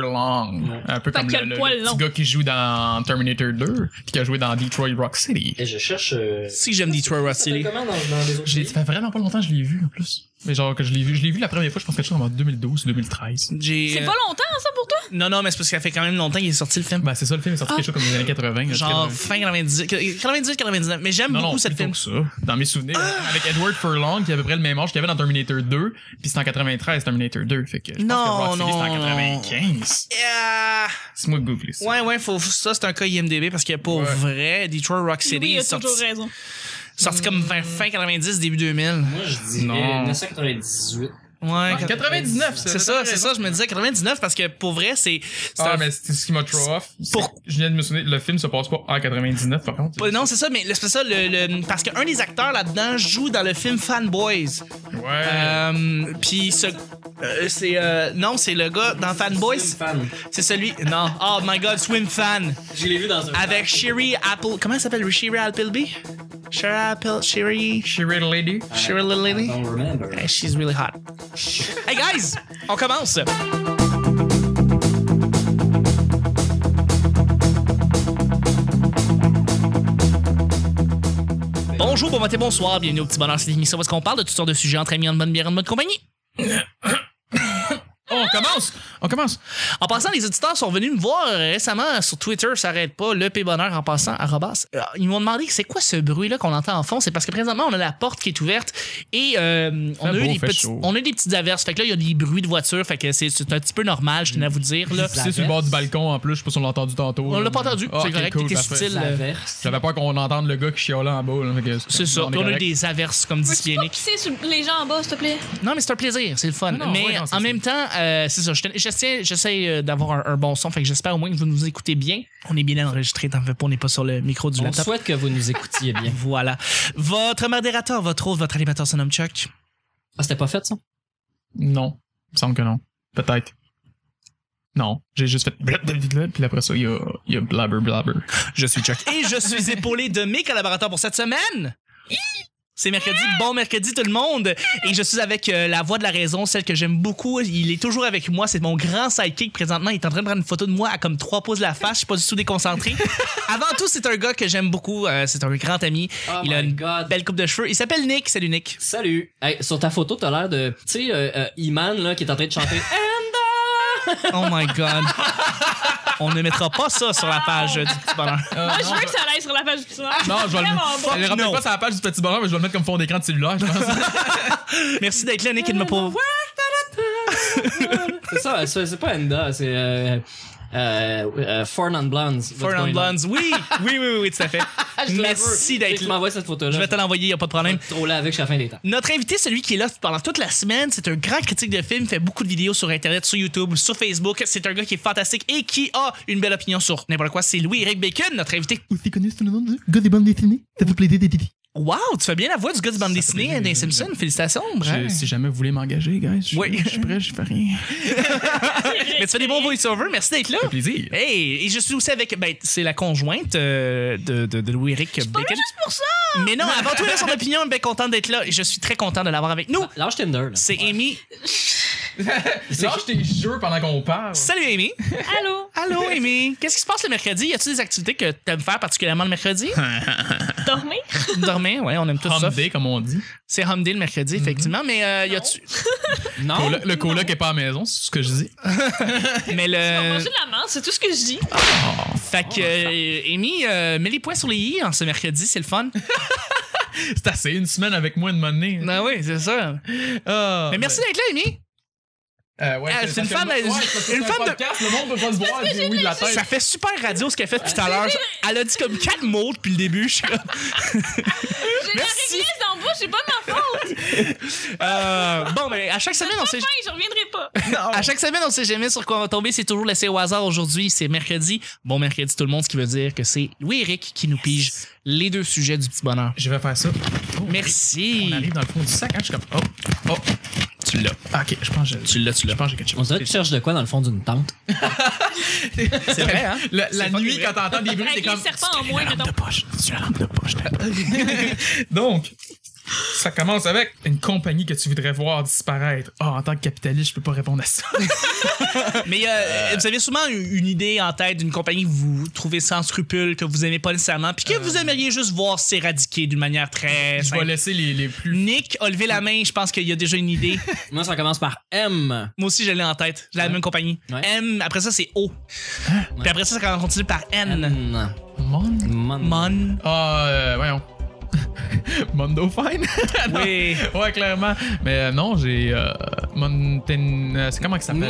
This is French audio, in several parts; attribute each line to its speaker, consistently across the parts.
Speaker 1: Furlong. Un peu
Speaker 2: Fait
Speaker 1: comme
Speaker 2: qu'il y a
Speaker 1: le,
Speaker 2: le
Speaker 1: le-
Speaker 2: poil
Speaker 1: le
Speaker 2: long.
Speaker 1: petit gars qui joue dans Terminator 2 puis qui a joué dans Detroit Rock City.
Speaker 3: Et je cherche. euh,
Speaker 4: Si j'aime Detroit Rock City.
Speaker 3: Comment dans, dans les autres
Speaker 1: Je l'ai- Ça fait vraiment pas longtemps que je l'ai vu en plus. Mais genre que je l'ai vu, je l'ai vu la première fois, je pense quelque chose en 2012 ou 2013.
Speaker 4: J'ai.
Speaker 2: C'est
Speaker 4: euh,
Speaker 2: pas longtemps, ça, pour toi?
Speaker 4: Non, non, mais c'est parce que ça fait quand même longtemps qu'il est sorti le film.
Speaker 1: Ben c'est ça le film est sorti quelque chose comme des années 80. là, 80.
Speaker 4: Genre fin 90, 98, 99. Mais j'aime
Speaker 1: non,
Speaker 4: beaucoup
Speaker 1: non,
Speaker 4: cette
Speaker 1: plutôt
Speaker 4: film. Ah!
Speaker 1: que ça. Dans mes souvenirs, avec Edward Furlong, qui a à peu près le même âge qu'il avait dans Terminator 2, puis c'est en 93 Terminator 2, fait que je
Speaker 4: Non,
Speaker 1: pense que Rock City,
Speaker 4: non, non.
Speaker 1: c'est en 95.
Speaker 4: Ah,
Speaker 1: C'est moi de googler ça.
Speaker 4: ouais, ouais, faut, ça c'est un cas IMDB parce que pour
Speaker 1: Ouais.
Speaker 4: vrai, Detroit Rock City
Speaker 2: oui, il
Speaker 4: est
Speaker 2: a
Speaker 4: sorti,
Speaker 2: toujours raison.
Speaker 4: sorti comme fin, fin 90, début 2000.
Speaker 3: Moi, je dis
Speaker 1: Non.
Speaker 3: 1998.
Speaker 4: Ouais,
Speaker 1: Ouais,
Speaker 4: quand-
Speaker 1: 99,
Speaker 4: c'est ça, c'est ça, je me disais 99 parce que pour vrai, c'est. c'est
Speaker 1: Ah,
Speaker 4: un-
Speaker 1: mais c'est ce qui m'a throw off. c'est
Speaker 4: Pour-
Speaker 1: que Je viens de me souvenir, le film se passe pas en 99 par contre.
Speaker 4: Pas- Non, c'est ça, mais c'est ça, le, le- parce qu'un des acteurs là-dedans joue dans le film Fanboys.
Speaker 1: Ouais.
Speaker 4: Euh, Puis ce- euh, c'est. euh, non, c'est le gars dans Fanboys.
Speaker 3: Fan.
Speaker 4: C'est celui. Non. Oh my god, Swim Fan.
Speaker 3: Je l'ai vu dans un.
Speaker 4: Avec Sherry Apple. Comment elle s'appelle Sherry Appleby? Sherry Apple. Sherry.
Speaker 1: She Red Lady.
Speaker 4: Sherry Little
Speaker 3: I
Speaker 4: Lady?
Speaker 3: don't remember.
Speaker 4: Eh, She's really hot. Hey guys, on commence. Bonjour, bon matin, bonsoir, bienvenue au petit bonheur, c'est l'émission parce qu'on parle de toutes sortes de sujets entre amis, en bonne bière, en bonne compagnie. Ah!
Speaker 1: Oh, on commence! On commence!
Speaker 4: En passant, les auditeurs sont venus me voir récemment sur Twitter, ça arrête pas, le P bonheur en passant, arrobas. Euh, Ils m'ont demandé c'est quoi ce bruit-là qu'on entend en fond. C'est parce que présentement, on a la porte qui est ouverte et euh, on, a
Speaker 1: Fait
Speaker 4: eu
Speaker 1: beau,
Speaker 4: des
Speaker 1: fait
Speaker 4: petits-
Speaker 1: chaud.
Speaker 4: on a eu des petites averses. Fait que là, il y a des bruits de voiture. Fait que c'est c'est un petit peu normal, je tenais à vous dire. Là.
Speaker 1: C'est sur le bord du balcon en plus, je sais pas si on l'a entendu tantôt.
Speaker 4: On
Speaker 1: là.
Speaker 4: l'a pas entendu,
Speaker 1: Ah,
Speaker 4: c'est
Speaker 1: ok,
Speaker 4: correct,
Speaker 1: cool,
Speaker 4: t'es
Speaker 1: parfait.
Speaker 4: subtil. euh,
Speaker 3: L'averse.
Speaker 1: J'avais peur qu'on entende le gars qui chialait en bas. là, fait que-
Speaker 4: C'est ça.
Speaker 1: on est
Speaker 4: Puis On, a eu
Speaker 1: correct.
Speaker 4: des averses comme dit
Speaker 2: Peux-tu pas
Speaker 4: Yannick.
Speaker 2: pisser sur les gens en bas, s'il te plaît?
Speaker 4: Non, mais c'est un plaisir, c'est le fun.
Speaker 1: Non, non,
Speaker 4: mais
Speaker 1: ouais, non, c'est
Speaker 4: en
Speaker 1: ça.
Speaker 4: même temps, euh, c'est ça. je tenais- J'essaie j'essaie, euh, d'avoir un, un bon son. Fait que j'espère au moins que vous nous écoutez bien. On est bien enregistré, t'en fais pas, on n'est pas sur le micro du
Speaker 3: On
Speaker 4: laptop.
Speaker 3: souhaite que vous nous écoutiez bien.
Speaker 4: Voilà. Votre modérateur, votre hôte, votre animateur se nomme Chuck.
Speaker 3: Ah, c'était pas fait, ça?
Speaker 1: Non. Il me semble que non. Peut-être. Non. J'ai juste fait. blablabla, Puis après ça, il y a, il y a blabber blabber.
Speaker 4: Je suis Chuck. Et je suis épaulé de mes collaborateurs pour cette semaine. C'est mercredi, bon mercredi tout le monde. Et je suis avec euh, la voix de la raison, celle que j'aime beaucoup. Il est toujours avec moi, c'est mon grand sidekick présentement. Il est en train de prendre une photo de moi à comme trois pouces de la face. Je suis pas du tout déconcentré. Avant tout, c'est un gars que j'aime beaucoup. euh, c'est un grand ami.
Speaker 3: Oh
Speaker 4: Il
Speaker 3: my
Speaker 4: a une
Speaker 3: God.
Speaker 4: belle coupe de cheveux. Il s'appelle Nick. Salut Nick.
Speaker 3: Salut. Hey, sur ta photo, t'as l'air de, tu sais, euh, euh, Iman là qui est en train de chanter. Eh,
Speaker 4: Oh my God. On ne mettra pas ça sur la page euh, du petit bonheur.
Speaker 2: Moi, Ah, je veux que ça aille sur la page du cinéma.
Speaker 1: Ah, Non, je vais le
Speaker 2: Vraiment bon.
Speaker 1: Je le remets
Speaker 4: non.
Speaker 1: pas sur la page du petit bonheur, mais je vais le mettre comme fond d'écran de cellulaire, je pense.
Speaker 4: Merci d'être là, Nick, et de me pour.
Speaker 3: c'est ça, c'est c'est pas Enda, c'est euh, euh, euh, Four Non Blondes.
Speaker 4: Four on Blondes. Oui, oui, oui, oui, tout à fait. Merci d'être
Speaker 3: Tu
Speaker 4: là.
Speaker 3: m'envoies cette photo-là.
Speaker 4: Je vais te l'envoyer, il a pas de problème.
Speaker 3: trop là avec jusqu'à la fin des temps.
Speaker 4: Notre invité, celui qui est là pendant toute la semaine, c'est un grand critique de films, fait beaucoup de vidéos sur Internet, sur YouTube, sur Facebook. C'est un gars qui est fantastique et qui a une belle opinion sur n'importe quoi. C'est Louis-Éric Bacon, notre invité.
Speaker 1: Aussi connu sous le nom de gars des bandes dessinées. Ça fait plaisir d'être ici.
Speaker 4: Wow, tu fais bien la voix du gars du bande dessinée hein, des Simpsons. Félicitations, Brian.
Speaker 1: Si jamais vous voulez m'engager, guys, je
Speaker 4: Oui.
Speaker 1: je suis prêt, je fais rien.
Speaker 4: Mais tu fais des bons voice-overs, merci d'être là.
Speaker 1: Fait plaisir.
Speaker 4: Hey, et je suis aussi avec. Ben, c'est la conjointe euh, de, de, de Louis-Éric Bacon.
Speaker 2: Pas là juste pour ça!
Speaker 4: Mais non, avant tout, là, son opinion, bien content d'être là. Et je suis très content de l'avoir avec nous.
Speaker 3: Lâche Tinder, là.
Speaker 4: C'est Amy.
Speaker 1: Lâche tes jeux pendant qu'on parle.
Speaker 4: Salut Amy.
Speaker 2: Allô?
Speaker 4: Allô Amy. Qu'est-ce qui se passe le mercredi? Y a-t-il des activités que t'aimes faire particulièrement le mercredi?
Speaker 2: Dormir?
Speaker 4: Euh, Dormir, ouais, on aime tout ça.
Speaker 1: Hum day, comme on dit.
Speaker 4: C'est home day le mercredi, effectivement. Mais euh, y a-tu.
Speaker 3: Non?
Speaker 1: Colo- le coloc est pas à la maison, c'est ce que je dis.
Speaker 4: Mais
Speaker 2: On
Speaker 4: le.
Speaker 2: Manger de la menthe, c'est tout ce que je dis.
Speaker 4: Fait que euh, Amy, euh, mets les points sur les i en ce mercredi, c'est le fun.
Speaker 1: C'est assez une semaine avec moi de monnaie.
Speaker 4: Ah oui, c'est ça.
Speaker 1: Ah,
Speaker 4: Mais merci d'être là, Amy.
Speaker 1: Euh, ouais,
Speaker 4: Ah, c'est une
Speaker 1: parce que
Speaker 4: femme-
Speaker 1: le monde- ouais, parce que c'est
Speaker 4: une
Speaker 1: un
Speaker 4: femme de-
Speaker 1: podcast, Le monde peut pas se voir, dit oui de la tête.
Speaker 4: Ça fait super radio ce qu'elle fait depuis tout à l'heure. Elle a dit comme quatre mots depuis le début. Je suis comme,
Speaker 2: J'ai la
Speaker 4: Merci.
Speaker 2: réglisse dans le bouche, c'est pas ma faute.
Speaker 4: euh, bon, mais à chaque semaine, on sait.
Speaker 2: Enfin, je reviendrai pas.
Speaker 4: À chaque semaine, on sait jamais sur quoi on va tomber. C'est toujours laissé au hasard aujourd'hui. C'est mercredi. Bon mercredi tout le monde, ce qui veut dire que c'est Louis-Éric qui nous pige les deux sujets du petit bonheur.
Speaker 1: Je vais faire ça. Oh,
Speaker 4: Merci.
Speaker 1: On arrive dans le fond du sac, hein, je suis comme. Oh, oh.
Speaker 4: Tu l'as.
Speaker 1: Ah, ok, je pense que je.
Speaker 4: Tu l'as, tu
Speaker 1: Je
Speaker 4: l'as.
Speaker 1: pense que j'ai quelque
Speaker 3: On
Speaker 1: chose.
Speaker 3: dirait que tu cherches de quoi dans le fond d'une tente.
Speaker 4: C'est vrai, hein?
Speaker 1: La, la
Speaker 4: C'est
Speaker 1: nuit,
Speaker 4: fucking
Speaker 1: quand t'entends des bruits, t'es
Speaker 2: Avec les
Speaker 1: comme.
Speaker 2: serpents en
Speaker 1: C'est
Speaker 2: moins
Speaker 1: la
Speaker 2: que
Speaker 1: lampe
Speaker 2: ton.
Speaker 1: de poche. C'est la lampe de poche. Donc, Ça commence avec une compagnie que tu voudrais voir disparaître. Ah, en tant que capitaliste, je peux pas répondre à ça.
Speaker 4: Mais euh, vous avez souvent eu une idée en tête d'une compagnie que vous trouvez sans scrupule, que vous aimez pas nécessairement, puis que vous aimeriez juste voir s'éradiquer d'une manière très
Speaker 1: je vais
Speaker 4: simple.
Speaker 1: laisser les, les plus.
Speaker 4: Nick a levé la main, je pense qu'il y a déjà une idée.
Speaker 3: Moi, ça commence par M.
Speaker 4: Moi aussi, je l'ai en tête. J'ai la
Speaker 3: Ouais.
Speaker 4: même compagnie.
Speaker 3: Ouais.
Speaker 4: M, après ça, c'est O. Puis après ça, ça continue par N.
Speaker 3: N.
Speaker 1: Mon.
Speaker 3: Mon.
Speaker 4: Mon.
Speaker 1: Ah, euh, voyons. Mondo Fine? Non.
Speaker 4: Oui.
Speaker 1: Ouais, clairement. Mais euh, non, j'ai. euh, Mountain. euh, c'est comment que ça s'appelle?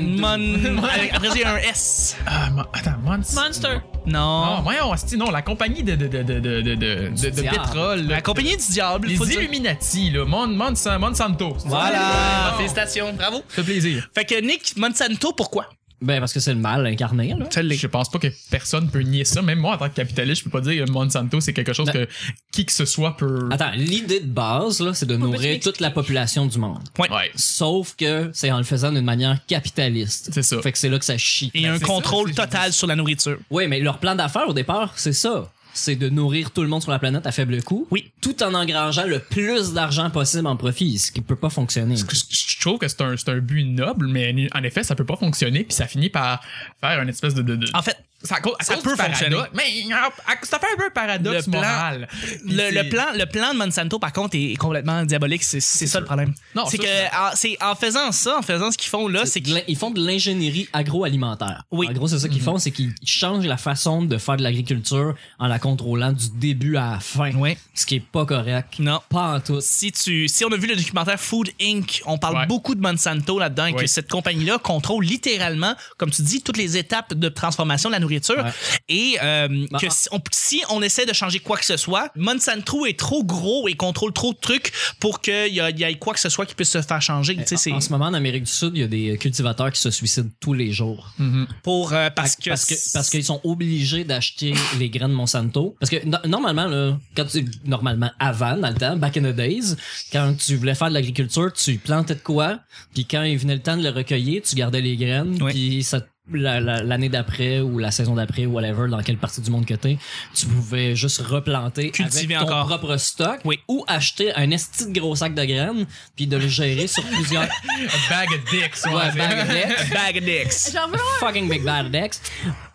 Speaker 4: Mon. Avec- Après, j'ai un S.
Speaker 1: Ah, Mon- Attends, Monster.
Speaker 2: Monster.
Speaker 1: Ah,
Speaker 4: Non.
Speaker 1: voyons, hostie, non, la compagnie de, de, de, de, de, de, de, de
Speaker 3: diable.
Speaker 1: pétrole. là.
Speaker 4: La compagnie du diable.
Speaker 1: Les
Speaker 4: faut dire.
Speaker 1: Illuminati, là. Mon, Mon, Monsanto. Ça
Speaker 4: Voilà.
Speaker 1: Bon.
Speaker 4: Félicitations. Bravo.
Speaker 1: fait plaisir.
Speaker 4: Fait que Nick Monsanto, pourquoi?
Speaker 3: Ben, parce que c'est le mal incarné, là.
Speaker 1: Je pense pas que personne peut nier ça. Même moi, en tant que capitaliste, je peux pas dire que Monsanto, c'est quelque chose que qui que ce soit peut.
Speaker 3: Attends, l'idée de base, là, c'est de nourrir
Speaker 2: mais-
Speaker 3: toute la population du monde.
Speaker 1: Ouais,
Speaker 3: Sauf que c'est en le faisant d'une manière capitaliste.
Speaker 1: c'est ça.
Speaker 3: Fait que c'est là que ça chie.
Speaker 4: Et
Speaker 1: Ben,
Speaker 4: un
Speaker 1: c'est ça,
Speaker 4: contrôle
Speaker 1: c'est ce que
Speaker 4: total sur la nourriture.
Speaker 3: Oui, mais leur plan d'affaires au départ, c'est ça. C'est de nourrir tout le monde sur la planète à faible coût.
Speaker 4: Oui.
Speaker 3: Tout en engrangeant le plus d'argent possible en profit, ce qui peut pas fonctionner.
Speaker 1: Je- je je trouve que c'est un, c'est un but noble, mais en effet, ça peut pas fonctionner, puis ça finit par faire une espèce de. de, de-
Speaker 4: En fait,
Speaker 1: ça,
Speaker 4: ça peut
Speaker 1: peut fonctionner.
Speaker 4: fonctionner.
Speaker 1: Mais euh, ça fait un peu un paradoxe
Speaker 4: Le plan-
Speaker 1: moral. Puis
Speaker 4: le, le
Speaker 1: c'est-
Speaker 4: plan, le plan de Monsanto, par contre, est, est complètement diabolique. C'est c'est ça le problème.
Speaker 1: Non,
Speaker 4: C'est
Speaker 1: ça,
Speaker 4: que en, c'est- en faisant ça, en faisant ce qu'ils font là, c'est
Speaker 3: C'est de
Speaker 4: qu'ils
Speaker 3: l'in- Ils font de l'ingénierie agroalimentaire.
Speaker 4: Oui. Mhm.
Speaker 3: En gros, c'est ça qu'ils font, c'est qu'ils changent la façon de faire de l'agriculture en la contrôlant du début à la fin.
Speaker 4: Ouais.
Speaker 3: Ce qui est pas correct.
Speaker 4: Non.
Speaker 3: Pas en tout.
Speaker 4: Si, tu, si on a vu le documentaire Food Inc., on parle
Speaker 1: Ouais.
Speaker 4: beaucoup de Monsanto là-dedans et que
Speaker 1: Oui.
Speaker 4: cette compagnie-là contrôle littéralement, comme tu dis, toutes les étapes de transformation de la nourriture.
Speaker 3: Ouais.
Speaker 4: Et euh,
Speaker 3: Bah,
Speaker 4: que
Speaker 3: ah.
Speaker 4: si on, si on essaie de changer quoi que ce soit, Monsanto est trop gros et contrôle trop de trucs pour qu'il y, a- il y ait quoi que ce soit qui puisse se faire changer. Tu sais, c'est
Speaker 3: Eh, En ce moment, en Amérique du Sud, il y a des cultivateurs qui se suicident tous les jours.
Speaker 1: Mhm.
Speaker 4: pour euh, parce que
Speaker 3: parce que parce qu'ils sont obligés d'acheter les graines Monsanto parce que no- normalement là, quand tu normalement avant dans le temps back in the days quand tu voulais faire de l'agriculture tu plantais de quoi puis quand il venait le temps de le recueillir tu gardais les graines
Speaker 4: Oui.
Speaker 3: puis ça la- la- l'année d'après ou la saison d'après whatever dans quelle partie du monde que t'es tu pouvais juste replanter
Speaker 4: Cultiver
Speaker 3: avec ton
Speaker 4: encore.
Speaker 3: propre stock
Speaker 4: Oui.
Speaker 3: ou acheter un esti de gros sac de graines puis de le gérer sur plusieurs
Speaker 1: A bag of dicks. ouais,
Speaker 3: ouais,
Speaker 1: c'est-
Speaker 4: ben,
Speaker 3: bags de lait.
Speaker 4: bag d'ex.
Speaker 2: J'en veux
Speaker 3: fucking big bad Dex.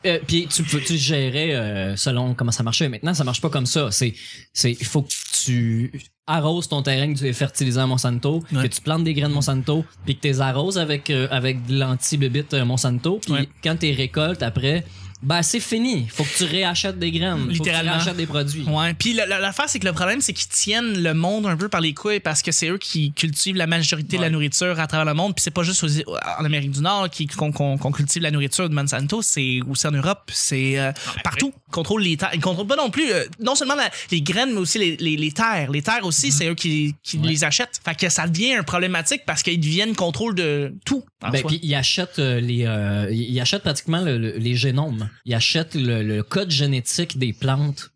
Speaker 3: Euh, puis tu peux tu le gérais euh, selon comment ça marchait. Maintenant, ça marche pas comme ça. C'est c'est il faut que tu arroses ton terrain que tu es fertilisé à Monsanto,
Speaker 4: Ouais.
Speaker 3: que tu plantes des graines Monsanto, puis que tu les arroses avec euh, avec de l'anti-bébite euh, Monsanto, puis
Speaker 4: Ouais.
Speaker 3: quand tu récoltes après, ben c'est fini. Faut que tu réachètes des graines,
Speaker 4: Littéralement.
Speaker 3: faut que tu réachètes des produits.
Speaker 4: Ouais, puis la- la- l'affaire, c'est que le problème, c'est qu'ils tiennent le monde un peu par les couilles parce que c'est eux qui cultivent la majorité de la
Speaker 1: Ouais.
Speaker 4: nourriture à travers le monde. Puis c'est pas juste aux- en Amérique du Nord qui- qu'on qu'on- qu'on cultive la nourriture de Monsanto, c'est aussi en Europe, c'est euh,
Speaker 3: Ah, ben
Speaker 4: partout. Ils contrôlent les terres. Ils contrôlent pas non plus, euh, non seulement la- les graines, mais aussi les, les- les terres. Les terres aussi, c'est eux qui, qui
Speaker 3: Mm-hmm. Ouais.
Speaker 4: les achètent. Fait que ça devient un problématique parce qu'ils deviennent contrôle de tout. en
Speaker 3: Ben,
Speaker 4: soi.
Speaker 3: puis ils achètent euh, les, euh, ils achètent pratiquement le- le- les génomes. Ils achètent le, le code génétique des plantes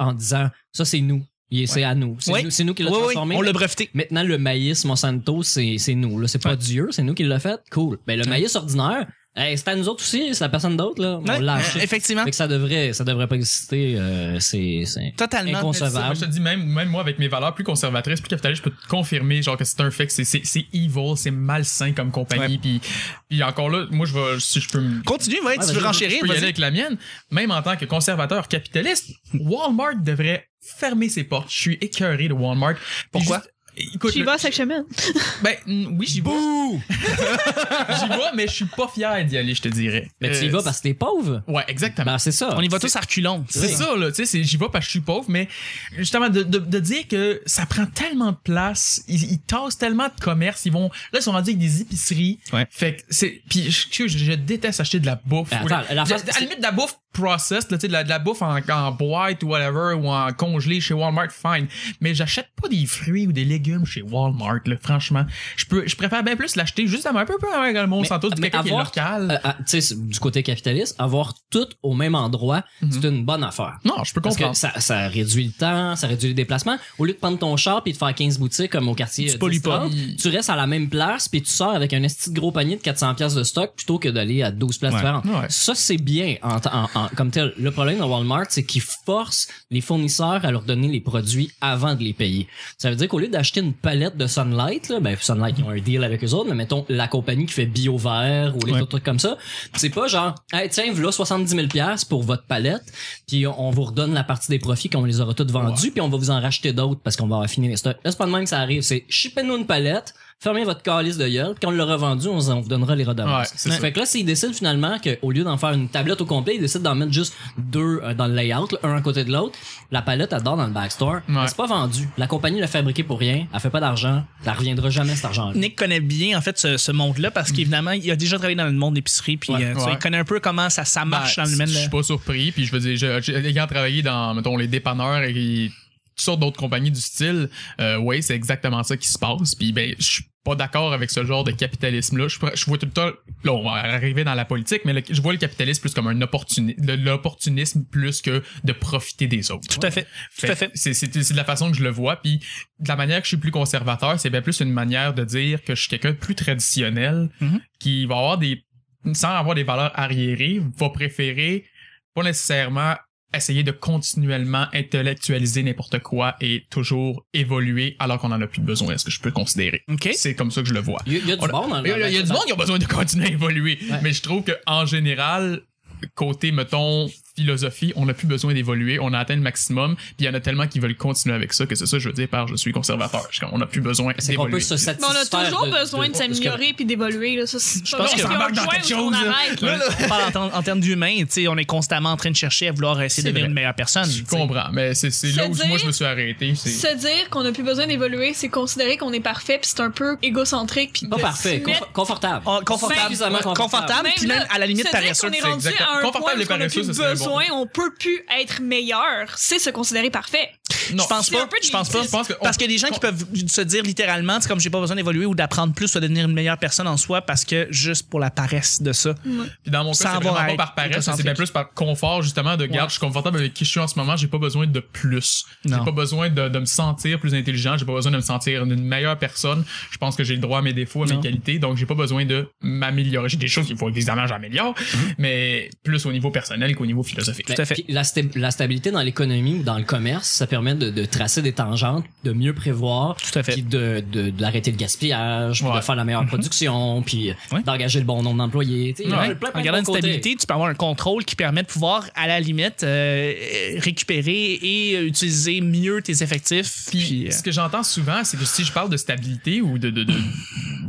Speaker 3: en disant ça c'est nous, Il- c'est à nous, c'est
Speaker 4: Oui.
Speaker 3: nous, c'est nous qui l'a
Speaker 4: Oui, oui,
Speaker 3: transformé.
Speaker 4: on l'a breveté.
Speaker 3: Maintenant le maïs Monsanto c'est c'est nous, là c'est pas
Speaker 4: Ouais.
Speaker 3: Dieu, c'est nous qui l'a fait. Cool. Ben le
Speaker 4: Ouais.
Speaker 3: maïs ordinaire, hey, c'est à nous autres aussi, c'est à personne d'autre là. On
Speaker 4: Ouais,
Speaker 3: l'a
Speaker 4: euh,
Speaker 3: acheté.
Speaker 4: effectivement.
Speaker 3: Fait que ça devrait, ça devrait pas exister. euh, c'est c'est
Speaker 4: Totalement.
Speaker 1: Mais tu sais, moi,
Speaker 3: inconcevable.
Speaker 1: je te dis, même, même moi, avec mes valeurs plus conservatrices, plus capitalistes, je peux te confirmer genre, que c'est un fait que c'est- c'est c'est evil, c'est malsain comme compagnie. Puis, puis encore là, moi, je vais, si je peux me
Speaker 4: Continue, ouais,
Speaker 3: Ouais,
Speaker 4: tu veux
Speaker 3: vas-y,
Speaker 1: je
Speaker 4: renchérir,
Speaker 1: peux y aller
Speaker 4: vas-y.
Speaker 1: avec la mienne. Même en tant que conservateur capitaliste, Walmart devrait fermer ses portes. Je suis écœuré de Walmart. Puis
Speaker 4: Pourquoi?
Speaker 1: juste- écoute,
Speaker 2: Tu y
Speaker 1: le-
Speaker 2: vas chaque semaine.
Speaker 1: ben mm, oui, j'y vais. j'y vais, mais je suis pas fier d'y aller, je te dirais.
Speaker 3: Mais tu y
Speaker 1: Euh,
Speaker 3: vas parce que t'es pauvre.
Speaker 1: Ouais, exactement.
Speaker 3: Ben c'est ça.
Speaker 4: On y va tous à reculons.
Speaker 1: C'est ça, là. Tu sais, c'est- j'y vais parce que je suis pauvre, mais justement, de, de- de dire que ça prend tellement de place, ils, ils tassent tellement de commerce, ils vont. Là, ils sont rendus avec des épiceries.
Speaker 4: Ouais.
Speaker 1: Fait que c'est. Puis, je, je- je déteste acheter de la bouffe.
Speaker 3: Ben,
Speaker 1: Ou la-
Speaker 3: attends, la
Speaker 1: de-
Speaker 3: face-
Speaker 1: à la limite, de la bouffe processed, là, tu sais, de, la, de la bouffe en, en boîte ou whatever, ou en congelé chez Walmart, fine. Mais j'achète pas des fruits ou des légumes légumes chez Walmart, là, franchement. Je peux, je préfère bien plus l'acheter juste à un peu, peu avant que le monde
Speaker 3: Mais-
Speaker 1: s'entoure de
Speaker 3: mais
Speaker 1: quelqu'un qui est
Speaker 3: avoir-
Speaker 1: local.
Speaker 3: Euh, ah, tu sais, c'est- du côté capitaliste, avoir tout au même endroit,
Speaker 1: Mm-hmm.
Speaker 3: c'est une bonne affaire.
Speaker 1: non, je peux
Speaker 3: Parce que
Speaker 1: comprendre.
Speaker 3: ça, ça réduit le temps, ça réduit les déplacements. Au lieu de prendre ton char puis de faire 15 boutiques comme au quartier
Speaker 4: Tu
Speaker 3: euh,
Speaker 4: pollues
Speaker 3: 10,
Speaker 4: pas.
Speaker 3: 30, tu restes à la même place puis tu sors avec un esti de gros panier de 400 pièces de stock plutôt que d'aller à 12 places
Speaker 4: Ouais.
Speaker 3: différentes.
Speaker 1: Ouais.
Speaker 3: Ça c'est bien en, en- en- comme tel. Le problème dans Walmart c'est qu'ils forcent les fournisseurs à leur donner les produits avant de les payer. Ça veut dire qu'au lieu d'acheter une palette de Sunlight, là, ben Sunlight ils ont un deal avec eux autres, mais mettons la compagnie qui fait bio vert ou les
Speaker 4: Ouais.
Speaker 3: autres trucs comme ça, c'est pas genre, hey, tiens, voilà 70 000 pièces pour votre palette, puis on on vous redonne la partie des profits qu'on les aura toutes vendus, puis on va vous en racheter d'autres parce qu'on va avoir fini les stocks. Là, c'est pas de même que ça arrive. C'est chipez-nous une palette, fermez votre calice de gueule, puis quand on l'aura vendu, on, s- on vous donnera les redevances.
Speaker 1: Ouais, c'est ça.
Speaker 3: fait que là, s'ils décident finalement qu'au lieu d'en faire une tablette au complet, ils décident d'en mettre juste deux euh, dans le layout, là, un à côté de l'autre, la palette, elle dort dans le backstore.
Speaker 1: Ouais.
Speaker 3: Mais C'est pas vendu. La compagnie l'a fabriqué pour rien, elle fait pas d'argent, elle reviendra jamais cet argent-là.
Speaker 4: Nick connaît bien en fait ce, ce monde-là parce qu'évidemment il a déjà travaillé dans le monde d'épicerie puis
Speaker 1: Mhm. Ouais.
Speaker 4: euh, tu sais,
Speaker 1: Ouais.
Speaker 4: il connaît un peu comment ça, ça marche
Speaker 1: Ben,
Speaker 4: dans le domaine.
Speaker 1: Je suis
Speaker 4: là.
Speaker 1: pas surpris. Puis je veux dire, je- je- ayant travaillé dans, mettons, les dépanneurs et toutes sortes d'autres compagnies du style, euh, ouais, c'est exactement ça qui se passe. Puis ben, je suis pas d'accord avec ce genre de capitalisme-là. Je, pr- je vois tout le temps, là, on va arriver dans la politique, mais le- je vois le capitalisme plus comme un opportunisme, l'opportunisme plus que de profiter des autres.
Speaker 4: Tout à fait. Tout à fait.
Speaker 1: C'est, c'est, c'est de la façon que je le vois. Puis de la manière que je suis plus conservateur, c'est bien plus une manière de dire que je suis quelqu'un de plus traditionnel
Speaker 4: Mhm.
Speaker 1: qui va avoir des. sans avoir des valeurs arriérées, va préférer pas nécessairement essayer de continuellement intellectualiser n'importe quoi et toujours évoluer alors qu'on en a plus besoin. Est-ce que je peux le considérer?
Speaker 4: OK.
Speaker 1: C'est comme ça que je le vois.
Speaker 3: Il y a, il y a du
Speaker 1: On a-
Speaker 3: bon dans le
Speaker 1: Il y a, il y a du
Speaker 3: dans-
Speaker 1: monde qui a besoin de continuer à évoluer.
Speaker 3: Ouais.
Speaker 1: Mais je trouve qu'en général, côté, mettons, philosophie, on n'a plus besoin d'évoluer. On a atteint le maximum. Puis il y en a tellement qui veulent continuer avec ça que c'est ça que je veux dire par je suis conservateur. Je suis comme, on n'a plus besoin
Speaker 3: C'est qu'on peut
Speaker 1: d'évoluer.
Speaker 3: se
Speaker 2: Mais
Speaker 3: satisfaire.
Speaker 2: on a toujours
Speaker 3: de-
Speaker 2: besoin de,
Speaker 3: de-
Speaker 2: s'améliorer puis d'évoluer. là. Ça, c'est
Speaker 4: Je
Speaker 2: pas
Speaker 4: pense
Speaker 2: parce
Speaker 4: que-
Speaker 2: qu'on
Speaker 1: Ça marque dans
Speaker 2: joint
Speaker 1: quelque
Speaker 2: ou qu'on
Speaker 1: chose, là.
Speaker 2: arrête,
Speaker 1: Là,
Speaker 2: là.
Speaker 1: là.
Speaker 4: On parle en, termes- en termes d'humains, tu sais, on est constamment en train de chercher à vouloir essayer de
Speaker 1: C'est
Speaker 4: devenir
Speaker 1: vrai.
Speaker 4: une meilleure personne.
Speaker 1: Je
Speaker 4: tu sais.
Speaker 1: comprends. Mais c'est c'est
Speaker 2: Se
Speaker 1: là où
Speaker 2: dire-
Speaker 1: moi je me suis arrêté. c'est-
Speaker 2: Se dire qu'on n'a plus besoin d'évoluer, c'est considérer qu'on est parfait, puis c'est un peu égocentrique. Puis
Speaker 3: Pas
Speaker 2: de
Speaker 3: parfait,
Speaker 2: se mettre-
Speaker 3: confo- confortable.
Speaker 4: Oh, confortable,
Speaker 3: Suffisamment
Speaker 4: confortable,
Speaker 3: confortable.
Speaker 4: puis même,
Speaker 2: là,
Speaker 4: à la limite
Speaker 2: se dire
Speaker 4: paresseux.
Speaker 2: qu'on est
Speaker 1: c'est
Speaker 2: rendu
Speaker 1: exactement-
Speaker 2: à un point
Speaker 1: confortable et
Speaker 2: où on n'a
Speaker 1: paresseux,
Speaker 2: plus
Speaker 1: ça, c'est un bon
Speaker 2: besoin, on peut plus être meilleur, c'est se considérer parfait.
Speaker 1: Non,
Speaker 4: je pense
Speaker 2: c'est
Speaker 4: pas.
Speaker 2: un peu de
Speaker 4: Je pense pas.
Speaker 1: Je pense que-
Speaker 4: parce qu'il y a des gens qui peuvent se dire littéralement, c'est comme j'ai pas besoin d'évoluer ou d'apprendre plus ou de devenir une meilleure personne en soi parce que juste pour la paresse de ça.
Speaker 1: Puis dans mon cas,
Speaker 4: Sans
Speaker 1: c'est vraiment
Speaker 4: avoir à
Speaker 1: pas
Speaker 4: être
Speaker 1: par paresse, c'est
Speaker 4: égocentrique.
Speaker 1: bien plus par confort, justement, de garde. Je suis confortable avec qui je suis en ce moment, j'ai pas besoin de plus. J'ai
Speaker 4: Non.
Speaker 1: pas besoin de, de me sentir plus intelligent, j'ai pas besoin de me sentir une meilleure personne. Je pense que j'ai le droit à mes défauts, à mes
Speaker 4: Non.
Speaker 1: qualités, donc j'ai pas besoin de m'améliorer. J'ai des choses qu'il faut évidemment j'améliore,
Speaker 4: Mhm.
Speaker 1: mais plus au niveau personnel qu'au niveau philosophique.
Speaker 3: Mais
Speaker 4: Tout à fait.
Speaker 3: Ben, puis La, sta- la stabilité dans l'économie ou dans le commerce, ça permet de, de tracer des tangentes, de mieux prévoir,
Speaker 4: Tout à fait.
Speaker 3: puis de, de, d'arrêter le gaspillage, puis
Speaker 1: Ouais.
Speaker 3: de faire la meilleure production, puis
Speaker 4: Ouais.
Speaker 3: d'engager le bon nombre d'employés. tu sais, il y a
Speaker 1: Ouais.
Speaker 3: plein, plein de
Speaker 4: En gardant une
Speaker 3: bons côtés.
Speaker 4: stabilité, tu peux avoir un contrôle qui permet de pouvoir, à la limite, euh, récupérer et euh, utiliser mieux tes effectifs.
Speaker 1: Puis,
Speaker 4: Puis, euh,
Speaker 1: ce que j'entends souvent, c'est que si je parle de stabilité ou de, de, de,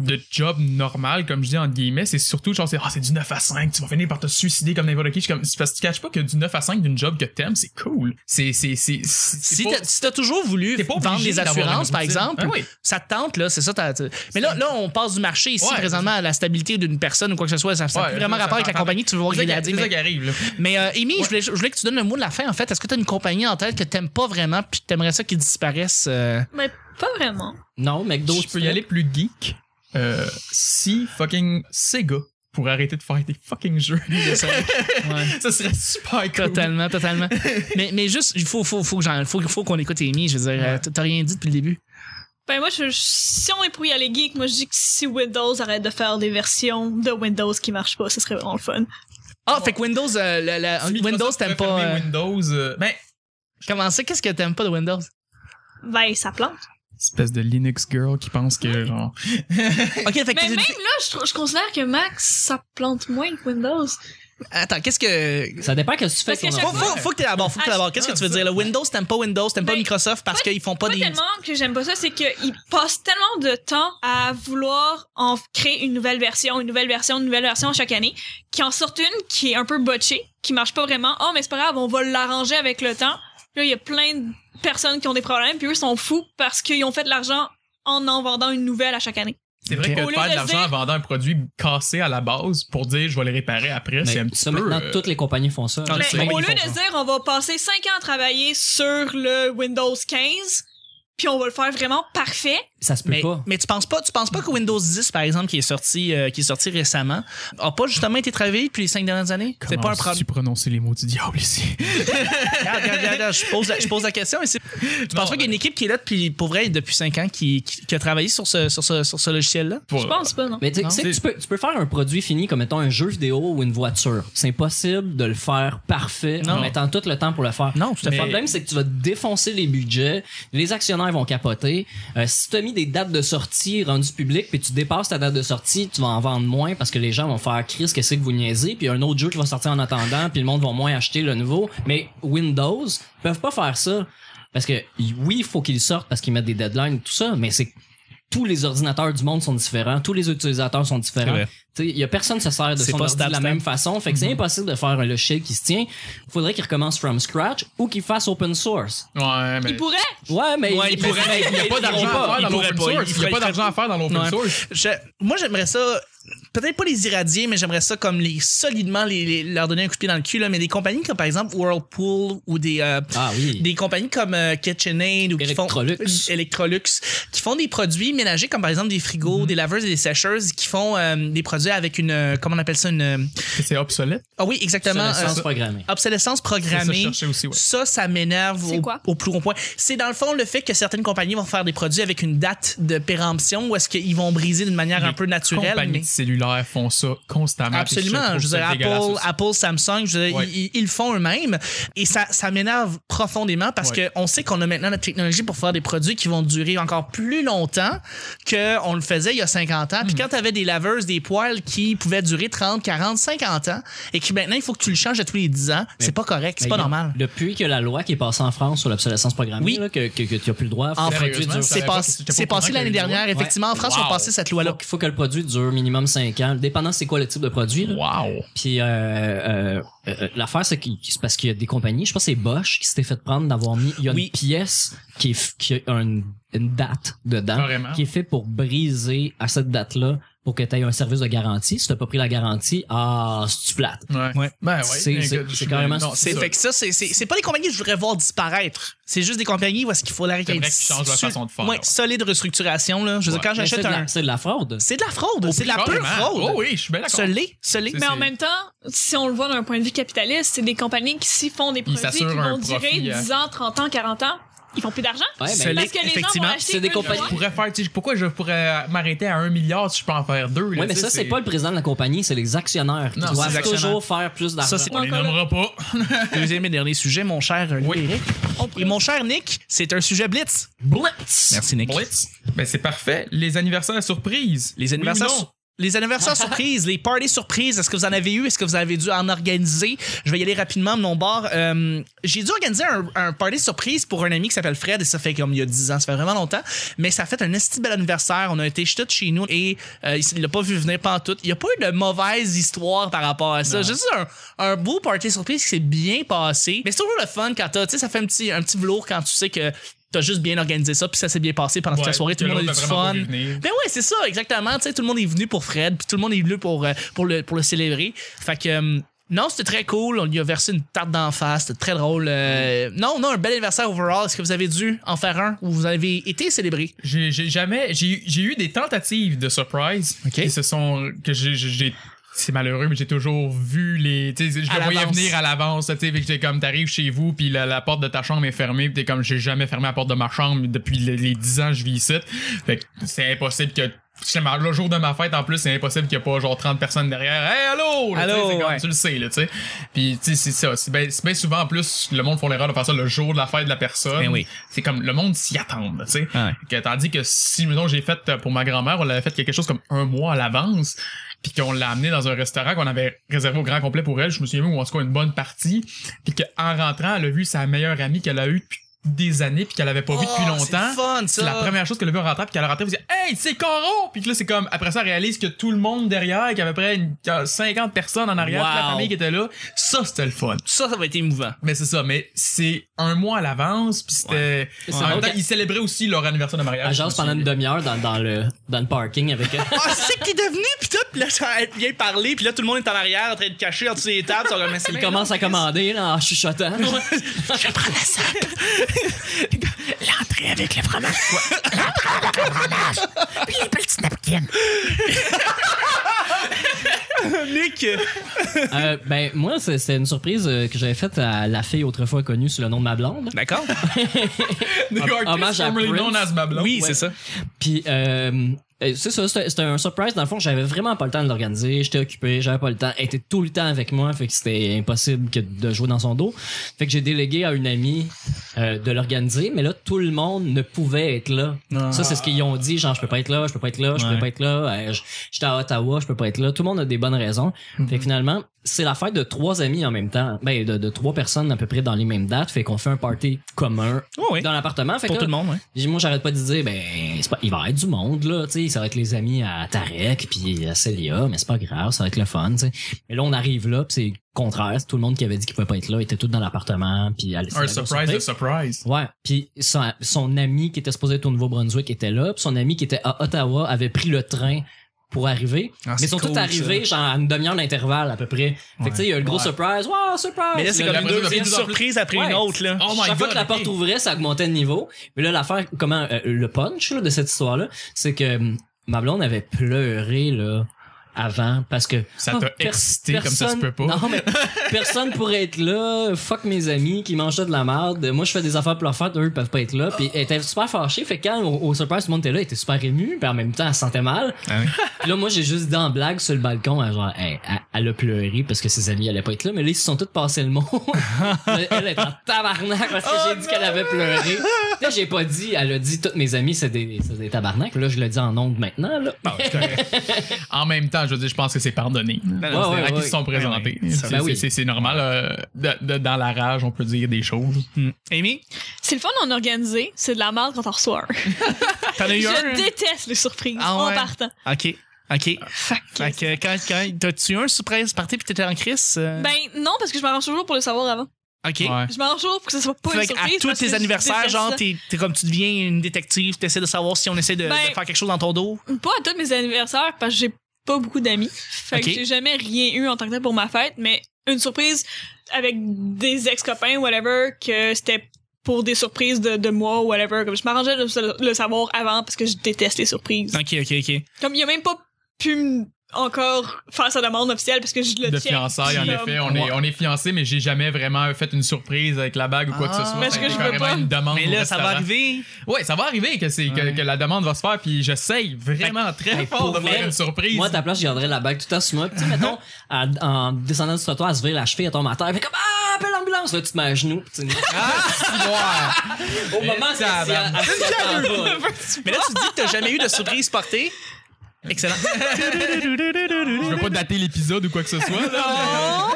Speaker 1: de job normal, comme je dis entre guillemets, c'est surtout genre, c'est Ah, c'est du 9 à 5, tu vas finir par te suicider comme n'importe qui. Je suis comme, c'est parce que tu caches pas que du 9 à 5 d'une job que t'aimes, c'est cool. C'est. c'est, c'est, c'est- c'est
Speaker 4: si
Speaker 1: pas-
Speaker 4: t'as si t'as toujours voulu
Speaker 1: t'es pas
Speaker 4: vendre
Speaker 1: obligé
Speaker 4: des
Speaker 1: d'avoir
Speaker 4: assurances,
Speaker 1: une
Speaker 4: par
Speaker 1: routine.
Speaker 4: exemple,
Speaker 1: Ah oui.
Speaker 4: ça te tente, là, c'est ça. t'as- t'as- Mais là, là, on passe du marché ici
Speaker 1: Ouais.
Speaker 4: présentement à la stabilité d'une personne ou quoi que ce soit. Ça n'a
Speaker 1: Ouais,
Speaker 4: plus vraiment
Speaker 1: ça-
Speaker 4: rapport avec la
Speaker 1: ça-
Speaker 4: compagnie, tu vas voir
Speaker 1: C'est
Speaker 4: que
Speaker 1: ça
Speaker 4: je
Speaker 1: qui-
Speaker 4: l'ai à dire.
Speaker 1: c'est ça
Speaker 4: Mais,
Speaker 1: qui arrive, là.
Speaker 4: mais, euh, Amy, je, voulais, je voulais que tu donnes le mot de la fin, en fait. Est-ce que tu as une compagnie en tête que t'aimes pas vraiment puis que t'aimerais ça qu'ils disparaissent? euh?
Speaker 2: Mais pas vraiment.
Speaker 3: Non, McDo,
Speaker 1: je peux y aller plus geek. Euh, si fucking Sega pour arrêter de faire des fucking jeux. ça serait super cool.
Speaker 4: Totalement, totalement. mais, mais juste, il faut, faut, faut, que j'en- faut, faut qu'on écoute Amy. Je veux dire, euh, t'as rien dit depuis le début.
Speaker 2: Ben moi, je, je- si on est pour y aller geek, moi je dis que si Windows arrête de faire des versions de Windows qui marchent pas, ce serait vraiment le fun.
Speaker 4: Ah, fait que Windows, euh, la- la-
Speaker 1: Si Microsoft
Speaker 4: Windows, t'aimes
Speaker 1: pourrait
Speaker 4: pas.
Speaker 1: fermer
Speaker 4: euh,
Speaker 1: Windows. euh, ben,
Speaker 4: Comment ça? Qu'est-ce que t'aimes pas de Windows?
Speaker 2: Ben, ça plante.
Speaker 1: espèce de Linux girl qui pense que genre.
Speaker 4: Ok, fait que
Speaker 2: Mais
Speaker 4: t'es-
Speaker 2: Ben, même là, je, trou- je considère que Mac, ça plante moins que Windows.
Speaker 4: Attends, qu'est-ce que.
Speaker 3: Ça dépend que tu fais
Speaker 2: Parce que
Speaker 3: ton
Speaker 2: chaque
Speaker 4: Faut,
Speaker 3: enfant.
Speaker 4: faut, faut que t'es d'abord, faut que t'es d'abord. Qu'est-ce que tu veux dire? là? Windows, t'aimes pas Windows, t'aimes pas
Speaker 2: Ben,
Speaker 4: Microsoft parce qu'ils font pas
Speaker 2: Moi,
Speaker 4: des.
Speaker 2: tellement que j'aime pas ça, c'est qu'ils passent tellement de temps à vouloir en f- créer une nouvelle version, une nouvelle version, une nouvelle version chaque année, qu'ils en sortent une qui est un peu botchée, qui marche pas vraiment. Oh, mais c'est pas grave, on va l'arranger avec le temps. Là, il y a plein de personnes qui ont des problèmes, puis eux sont fous parce qu'ils ont fait de l'argent en en vendant une nouvelle à chaque année.
Speaker 1: C'est vrai
Speaker 4: Ok.
Speaker 1: que
Speaker 2: Au lieu
Speaker 1: faire
Speaker 2: de
Speaker 1: de l'argent
Speaker 2: dire-
Speaker 1: en vendant un produit cassé à la base pour dire je vais le réparer après,
Speaker 3: Mais
Speaker 1: c'est un petit
Speaker 3: ça,
Speaker 1: peu.
Speaker 3: maintenant,
Speaker 1: euh,
Speaker 3: toutes les compagnies font ça.
Speaker 4: Ah,
Speaker 2: Mais
Speaker 4: c'est vrai,
Speaker 2: au
Speaker 4: ils
Speaker 2: lieu
Speaker 4: font
Speaker 2: de
Speaker 4: ça.
Speaker 2: dire on va passer 5 ans à travailler sur le Windows 15, puis on va le faire vraiment parfait.
Speaker 3: Ça se peut
Speaker 4: Mais,
Speaker 3: pas.
Speaker 4: mais tu penses pas, tu penses pas que Windows 10 par exemple qui est sorti, euh, qui est sorti récemment, a pas justement été travaillé depuis les cinq dernières années C'est pas un problème.
Speaker 1: Tu prononcer les mots du diable ici.
Speaker 4: Regarde, regarde, regarde, regarde, je pose la, je pose la question ici. Tu
Speaker 1: Non,
Speaker 4: penses pas qu'il y a une équipe qui est là depuis, pour vrai, depuis cinq ans, qui, qui, qui a travaillé sur ce, sur ce, sur ce logiciel-là
Speaker 2: Je pense pas, non?
Speaker 3: Mais tu sais-
Speaker 4: Non,
Speaker 3: tu sais que
Speaker 1: c'est-
Speaker 3: tu peux, tu peux faire un produit fini comme étant un jeu vidéo ou une voiture. C'est impossible de le faire parfait en
Speaker 4: Non.
Speaker 3: mettant tout le temps pour le faire.
Speaker 4: Non, tout à
Speaker 3: Le
Speaker 4: fait.
Speaker 3: problème, c'est que tu vas défoncer les budgets, les actionnaires vont capoter. Euh, si tu as mis des dates de sortie rendues publiques, puis tu dépasses ta date de sortie, tu vas en vendre moins parce que les gens vont faire Chris, qu'est-ce que vous niaisez, puis un autre jeu qui va sortir en attendant, puis le monde va moins acheter le nouveau. Mais Windows ils peuvent pas faire ça. Parce que oui, il faut qu'ils sortent parce qu'ils mettent des deadlines, tout ça, mais c'est tous les ordinateurs du monde sont différents, tous les utilisateurs sont
Speaker 4: C'est
Speaker 3: différents.
Speaker 4: vrai.
Speaker 3: Tu sais, Il y a personne qui se sert de
Speaker 4: C'est
Speaker 3: son
Speaker 4: pas
Speaker 3: ordi de la
Speaker 4: stable, Mhm.
Speaker 3: même façon. Fait que c'est impossible de faire un logiciel qui se tient. Faudrait qu'il recommence from scratch ou qu'il fasse open source.
Speaker 1: Ouais, mais.
Speaker 2: Il pourrait.
Speaker 3: Ouais, mais
Speaker 4: Ouais, il pourrait, mais
Speaker 1: Il n'y a pas d'argent à
Speaker 4: Il
Speaker 1: faire dans
Speaker 4: pourrait
Speaker 1: l'open
Speaker 4: pas, il
Speaker 1: source. Il n'y
Speaker 4: ferait-
Speaker 1: a pas d'argent à faire dans l'open
Speaker 4: Ouais.
Speaker 1: source.
Speaker 4: Je- moi, j'aimerais ça. Peut-être pas les irradier, mais j'aimerais ça comme les solidement les, les- leur donner un coup de pied dans le cul. Là, mais des compagnies comme par exemple Whirlpool ou des euh,
Speaker 3: Ah oui.
Speaker 4: des compagnies comme euh, KitchenAid ou qui font-
Speaker 3: Electrolux.
Speaker 4: Electrolux, qui font des produits ménagers comme par exemple des frigos, des laveuses et des sécheuses, qui font euh, des produits avec une euh, comment on appelle ça une euh,
Speaker 1: C'est obsolète.
Speaker 4: ah oui exactement
Speaker 3: Obsolescence
Speaker 4: euh,
Speaker 3: programmée.
Speaker 4: obsolescence
Speaker 1: C'est ça, que je
Speaker 4: programmée.
Speaker 1: cherchais aussi, ouais.
Speaker 4: Ça, ça m'énerve
Speaker 2: C'est
Speaker 4: au,
Speaker 2: quoi?
Speaker 4: au plus haut point. C'est dans le fond le fait que certaines compagnies vont faire des produits avec une date de péremption ou est-ce qu'ils vont briser d'une manière un peu
Speaker 1: Les
Speaker 4: naturelle.
Speaker 1: compagnies
Speaker 4: mais-
Speaker 1: de cellulaires font ça constamment.
Speaker 4: Absolument. Je veux dire, Apple, Apple, Samsung, je veux dire,
Speaker 1: Ouais.
Speaker 4: ils, ils- ils le font eux-mêmes. Et ça, ça m'énerve profondément parce
Speaker 1: Ouais.
Speaker 4: qu'on sait qu'on a maintenant la technologie pour faire des produits qui vont durer encore plus longtemps qu'on le faisait il y a 50 ans. Puis quand tu avais des laveuses, des poils qui pouvaient durer 30, 40, 50 ans et qui maintenant, il faut que tu le changes à tous les 10 ans, c'est pas correct, c'est
Speaker 3: Mais
Speaker 4: pas
Speaker 3: il y a-
Speaker 4: normal.
Speaker 3: Depuis que la loi qui est passée en France sur l'obsolescence programmée,
Speaker 4: Oui.
Speaker 3: là, que, que, que tu n'as plus le droit, faut
Speaker 4: En
Speaker 3: que le produit
Speaker 1: Sérieusement,
Speaker 3: dure-
Speaker 1: ça-
Speaker 4: C'est
Speaker 1: savais pas que
Speaker 4: passé,
Speaker 1: c'était pas
Speaker 4: c'est
Speaker 1: au courant
Speaker 4: passé l'année
Speaker 1: qu'il y a une
Speaker 4: dernière.
Speaker 1: loi.
Speaker 4: Effectivement, en France,
Speaker 1: Wow.
Speaker 4: on passait cette
Speaker 3: faut,
Speaker 4: loi-là.
Speaker 3: qu'il- faut que le produit dure minimum 5 ans, dépendant c'est quoi le type de produit. là.
Speaker 1: Wow.
Speaker 3: Puis euh, euh, euh, l'affaire, c'est, qu'il- c'est parce qu'il y a des compagnies, je pense que c'est Bosch qui s'était fait prendre d'avoir mis, il y a
Speaker 4: Oui.
Speaker 3: une pièce qui, est, f- qui a une, une date dedans,
Speaker 1: Carrément.
Speaker 3: qui est fait pour briser à cette date-là pour que tu aies un service de garantie. Si tu pas pris la garantie, ah, c'est tu plate.
Speaker 1: Ouais.
Speaker 4: Ouais.
Speaker 1: Ben ouais.
Speaker 3: C'est- c'est-
Speaker 1: Écoute, je
Speaker 3: c'est
Speaker 1: suis-
Speaker 3: carrément-
Speaker 1: non,
Speaker 4: C'est
Speaker 1: ça.
Speaker 4: fait que ça, c'est- c'est c'est pas des compagnies que je voudrais voir disparaître. C'est juste des compagnies où est-ce qu'il faut la
Speaker 1: C'est vrai qu'ils changent leur façon de faire,
Speaker 4: Ouais,
Speaker 1: ouais.
Speaker 4: solide restructuration là. Je veux
Speaker 1: Ouais.
Speaker 4: dire quand
Speaker 3: Mais C'est,
Speaker 4: j'achète
Speaker 3: de
Speaker 4: un
Speaker 3: la, c'est de la fraude.
Speaker 4: c'est de la fraude, c'est de la pure
Speaker 1: Carrément.
Speaker 4: fraude.
Speaker 1: Oh oui, je suis bien d'accord.
Speaker 4: Se l'est, se l'est.
Speaker 1: C'est-
Speaker 2: Mais en
Speaker 1: c'est-
Speaker 2: même temps, si on le voit d'un point de vue capitaliste, c'est des compagnies qui s'y font des produits qui
Speaker 1: s'assurent un
Speaker 2: vont durer
Speaker 4: euh,
Speaker 1: profit, hein.
Speaker 2: 10 ans, 30 ans, 40 ans, ils font plus d'argent.
Speaker 3: ben, Ouais, mais-
Speaker 4: se l'est,
Speaker 2: Parce que les gens vont
Speaker 4: effectivement.
Speaker 2: acheter
Speaker 3: C'est des
Speaker 2: une
Speaker 3: compagnies-
Speaker 1: Je
Speaker 2: fois.
Speaker 1: pourrais faire, tu sais, pourquoi je pourrais m'arrêter à un milliard si je peux en faire deux? là,
Speaker 3: Oui, mais
Speaker 1: tu sais,
Speaker 3: ça, c'est pas le président de la compagnie, c'est les actionnaires qui
Speaker 1: Non,
Speaker 3: doivent
Speaker 4: c'est les
Speaker 3: toujours faire plus d'argent.
Speaker 4: Ça, c'est-
Speaker 1: On les nommera pas.
Speaker 4: Deuxième et dernier sujet, mon cher Louis
Speaker 1: Oui.
Speaker 4: Eric. Et mon cher Nick, c'est un sujet blitz.
Speaker 3: Blitz!
Speaker 4: Merci Nick.
Speaker 1: Blitz. Ben c'est parfait. Les anniversaires surprises.
Speaker 4: Les
Speaker 1: Oui ou
Speaker 4: anniversaires
Speaker 1: non?
Speaker 4: sur- les anniversaires surprises, les parties surprises, est-ce que vous en avez eu? Est-ce que vous avez dû en organiser? Je vais y aller rapidement de mon bord. Euh, J'ai dû organiser un, un party surprise pour un ami qui s'appelle Fred et ça fait comme il y a 10 ans, ça fait vraiment longtemps. Mais ça a fait un esti de bel anniversaire. On a été tous chez nous et euh, il l'a pas vu venir pantoute. Il n'y a pas eu de mauvaise histoire par rapport à ça. Juste un, un beau party surprise qui s'est bien passé. Mais c'est toujours le fun quand t'as, tu sais, ça fait un petit, un petit velours quand tu sais que t'as juste bien organisé ça puis ça s'est bien passé pendant toute la
Speaker 1: Ouais,
Speaker 4: soirée. Tout le
Speaker 1: que
Speaker 4: monde a eu du
Speaker 1: l'autre a vraiment
Speaker 4: fun.
Speaker 1: pas vu venir.
Speaker 4: Ben ouais, c'est ça, exactement. Tu sais, tout le monde est venu pour Fred, puis tout le monde est venu pour, euh, pour, le, pour le célébrer. Fait que. euh, non, c'était très cool. On lui a versé une tarte d'en face. C'était très drôle. Euh, Non, non, un bel anniversaire overall. Est-ce que vous avez dû en faire un ou vous avez été célébré?
Speaker 1: J'ai j'ai jamais. J'ai eu- j'ai eu des tentatives de surprise
Speaker 4: Ok.
Speaker 1: qui se sont. que j'ai- j'ai. j'ai- C'est malheureux, mais j'ai toujours vu les. tu sais, Je
Speaker 4: À
Speaker 1: le voyais
Speaker 4: l'avance.
Speaker 1: venir à l'avance, tu sais, fait que t'es comme t'arrives chez vous, puis la, la porte de ta chambre est fermée, puis t'es comme j'ai jamais fermé la porte de ma chambre depuis les, les 10 ans que je vis ici. Fait que c'est impossible que. justement, Le jour de ma fête, en plus, c'est impossible qu'il n'y ait pas genre 30 personnes derrière. Hey, allô! Là, tu sais,
Speaker 4: Allô,
Speaker 1: c'est comme,
Speaker 4: ouais.
Speaker 1: Tu le sais, là, tu sais. Puis, tu sais, c'est ça. C'est bien bien souvent, en plus, le monde font l'erreur de faire ça le jour de la fête de la personne.
Speaker 4: Ben oui.
Speaker 1: C'est comme le monde s'y attend, là, tu sais.
Speaker 4: Ah ouais.
Speaker 1: Que- tandis que si, mettons, j'ai fait euh, pour ma grand-mère, on l'avait fait quelque chose comme un mois à l'avance, puis qu'on l'a amené dans un restaurant qu'on avait réservé au grand complet pour elle, je me souviens, ou en tout cas une bonne partie, puis qu'en rentrant, elle a vu sa meilleure amie qu'elle a eue depuis des années, puis qu'elle avait pas vue depuis
Speaker 4: Oh,
Speaker 1: longtemps.
Speaker 4: C'est fun, ça.
Speaker 1: C'est la première chose qu'elle a vu en rentrant, puis qu'elle a rentré, elle dit Hey, c'est Coro! Puis que là, c'est comme, après ça, elle réalise que tout le monde derrière, qu'il y avait à peu près une- 50 personnes en arrière, toute la
Speaker 4: Wow.
Speaker 1: famille qui était là, ça, c'était le fun.
Speaker 4: Ça, ça va être émouvant.
Speaker 1: Mais c'est ça, mais c'est un mois à l'avance, puis c'était.
Speaker 3: C'est
Speaker 1: En
Speaker 3: drôle
Speaker 1: même temps,
Speaker 3: qu'à-
Speaker 1: ils célébraient aussi leur anniversaire de mariage.
Speaker 3: Agence
Speaker 1: je me
Speaker 3: pendant une
Speaker 1: souviens.
Speaker 3: demi-heure dans, dans le, dans le parking avec
Speaker 4: Ah, c'est qui est devenu, pis tout, pis là, elle vient parler, pis là, tout le monde est en arrière, en train de cacher en dessous des tables. Ils sont comme, Mais c'est
Speaker 3: Il
Speaker 4: bien
Speaker 3: commence à commander là, en chuchotant.
Speaker 4: Je prends la sac.
Speaker 5: L'entrée avec le fromage. L'entrée avec le fromage. Puis les petits napkins.
Speaker 4: Nick!
Speaker 3: Euh, ben, moi, c'est- c'était une surprise euh, que j'avais faite à la fille autrefois connue sous le nom de ma blonde.
Speaker 4: D'accord?
Speaker 1: The artist
Speaker 3: hommage à
Speaker 1: formerly
Speaker 3: Prince.
Speaker 1: known as Babylon.
Speaker 4: Oui,
Speaker 1: Ouais.
Speaker 4: c'est ça.
Speaker 3: Puis, euh, euh, c'est ça, c'était c'était un surprise. Dans le fond, j'avais vraiment pas le temps de l'organiser. J'étais occupé, j'avais pas le temps. Elle était tout le temps avec moi, fait que c'était impossible que de jouer dans son dos. Fait que j'ai délégué à une amie euh, de l'organiser, mais là, tout le monde ne pouvait être là.
Speaker 4: Ah.
Speaker 3: Ça, c'est ce qu'ils ont dit, genre, je peux pas être là, je peux pas être là, je
Speaker 4: Ouais.
Speaker 3: peux pas être là. Euh, j- J'étais à Ottawa, je peux pas être là. Tout le monde a des bonnes raisons.
Speaker 4: Mm-hmm.
Speaker 3: Fait que finalement, c'est la fête de trois amis en même temps. Ben, de, de trois personnes à peu près dans les mêmes dates. Fait qu'on fait un party commun
Speaker 4: Oh oui.
Speaker 3: dans l'appartement. Fait
Speaker 4: Pour
Speaker 3: que
Speaker 4: tout
Speaker 3: là,
Speaker 4: le monde, ouais.
Speaker 3: puis moi, j'arrête pas de dire, ben, c'est pas, il va y avoir du monde, là, tu sais, ça va être les amis à Tarek, puis à Célia, mais c'est pas grave, ça va être le fun, tu sais. Mais là, on arrive là, puis c'est le contraire, c'est tout le monde qui avait dit qu'il pouvait pas être là, était tout dans l'appartement, puis à
Speaker 1: Un surprise de surprise.
Speaker 3: Ouais, puis son, son ami qui était supposé être au Nouveau-Brunswick était là, puis son ami qui était à Ottawa avait pris le train pour arriver.
Speaker 4: Ah,
Speaker 3: mais
Speaker 4: c'est
Speaker 3: ils sont
Speaker 4: cool,
Speaker 3: tous arrivés, genre, à une demi-heure d'intervalle, à peu près. Fait que, tu sais, il y a eu le gros
Speaker 4: Ouais.
Speaker 3: surprise, wow, surprise!
Speaker 4: Mais là, c'est
Speaker 3: Puis
Speaker 4: comme
Speaker 1: la
Speaker 4: une,
Speaker 1: deuxième
Speaker 4: deuxième
Speaker 1: plus en plus-
Speaker 4: surprise après
Speaker 3: Ouais.
Speaker 4: une autre, là.
Speaker 1: Oh my
Speaker 3: Chaque fois
Speaker 1: god.
Speaker 3: que la porte
Speaker 1: ok.
Speaker 3: ouvrait, ça augmentait de niveau. Mais là, l'affaire, comment euh, le punch là, de cette histoire-là, c'est que hum, ma blonde avait pleuré là avant parce que
Speaker 1: Ça
Speaker 3: Ah,
Speaker 1: t'a
Speaker 3: pers-
Speaker 1: excité comme ça se peut pas.
Speaker 3: Non mais personne pourrait être là. Fuck mes amis qui mangent de la merde. Moi, je fais des affaires pour leur fête, eux ils peuvent pas être là. Puis elle était super fâchée. Fait que quand au, au surprise tout le monde était là, elle était super émue. Puis en même temps, elle se sentait mal.
Speaker 4: Ah oui.
Speaker 3: Puis là, moi, j'ai juste dit en blague sur le balcon, à genre, Hey, elle, elle a pleuré parce que ses amis allaient pas être là, mais là, ils se sont tous passés le mot. elle elle est en tabarnak parce que
Speaker 1: Oh
Speaker 3: j'ai dit qu'elle avait pleuré. Là, j'ai pas dit, elle a dit, toutes mes amis, c'est des, c'est des tabarnaks. Là, je le dis en ondes maintenant, là.
Speaker 1: Bon, c'est correct. en même temps, je veux dire, je pense que c'est pardonné.
Speaker 4: non,
Speaker 1: C'est
Speaker 3: ouais,
Speaker 1: à qui
Speaker 3: ouais.
Speaker 1: se sont présentés.
Speaker 4: Ouais, ouais.
Speaker 1: C'est-
Speaker 3: Ben oui.
Speaker 1: C'est c'est normal. euh, de- de- dans la rage, on peut dire des choses.
Speaker 4: Hmm. Amy,
Speaker 2: C'est le fun d'en organiser, c'est de la merde quand on reçoit un.
Speaker 4: t'en as eu un?
Speaker 2: Je déteste les surprises
Speaker 4: Ah
Speaker 2: en
Speaker 4: ouais?
Speaker 2: partant.
Speaker 4: Ok. Ok.
Speaker 6: Ah.
Speaker 2: Fait que-
Speaker 4: Fait que quand, quand t'as-tu eu un surprise party puis t'étais en crise? euh?
Speaker 2: Ben non, parce que je m'arrange toujours pour le savoir avant.
Speaker 4: ok.
Speaker 1: Ouais.
Speaker 2: Je m'arrange toujours pour que ce soit pas une
Speaker 4: Fait
Speaker 2: surprise.
Speaker 4: à tous
Speaker 2: parce que
Speaker 4: tes
Speaker 2: je
Speaker 4: anniversaires,
Speaker 2: déteste
Speaker 4: genre,
Speaker 2: ça.
Speaker 4: t'es t'es comme tu deviens une détective, t'essaies de savoir si on essaie de,
Speaker 2: Ben-
Speaker 4: de faire quelque chose dans ton dos.
Speaker 2: Pas à tous mes anniversaires parce que j'ai pas beaucoup d'amis. Fait
Speaker 4: Ok.
Speaker 2: que j'ai jamais rien eu en tant que tel pour ma fête, mais une surprise avec des ex-copains, whatever, que c'était pour des surprises de, de moi, whatever. Comme je m'arrangeais de se- le savoir avant parce que je déteste les surprises.
Speaker 4: Ok, ok, ok.
Speaker 2: Comme il a même pas pu me- encore faire sa demande officielle parce que je le
Speaker 1: De
Speaker 2: check,
Speaker 1: fiançailles, en
Speaker 2: puis,
Speaker 1: effet.
Speaker 2: euh,
Speaker 1: On est, on est fiancés, mais j'ai jamais vraiment fait une surprise avec la bague ou quoi que ce
Speaker 4: Ah.
Speaker 1: soit.
Speaker 2: Parce
Speaker 1: Ça a
Speaker 2: que
Speaker 1: été
Speaker 2: je veux
Speaker 1: carrément
Speaker 2: pas.
Speaker 1: une demande
Speaker 4: Mais
Speaker 1: au
Speaker 4: là, ça va
Speaker 1: restaurant.
Speaker 4: arriver.
Speaker 1: Ouais, ça va arriver que, c'est, que, que la demande va se faire, puis j'essaye vraiment très
Speaker 3: ben,
Speaker 1: fort de
Speaker 3: pour
Speaker 1: faire
Speaker 3: vrai,
Speaker 1: une surprise.
Speaker 3: Moi, à ta place, je garderais la bague tout à ce moment. Tu sais, mettons, à- en descendant du trottoir, elle se vire la cheville, elle tombe à terre, elle fait comme Ah, appelle l'ambulance! Là, tu te mets à genoux. pis tu-
Speaker 1: Ouais.
Speaker 3: Au moment où
Speaker 1: ça, ben,
Speaker 4: Mais là, tu dis que t'as jamais eu de surprise portée. Excellent.
Speaker 1: Je veux pas dater l'épisode ou quoi que ce soit. là,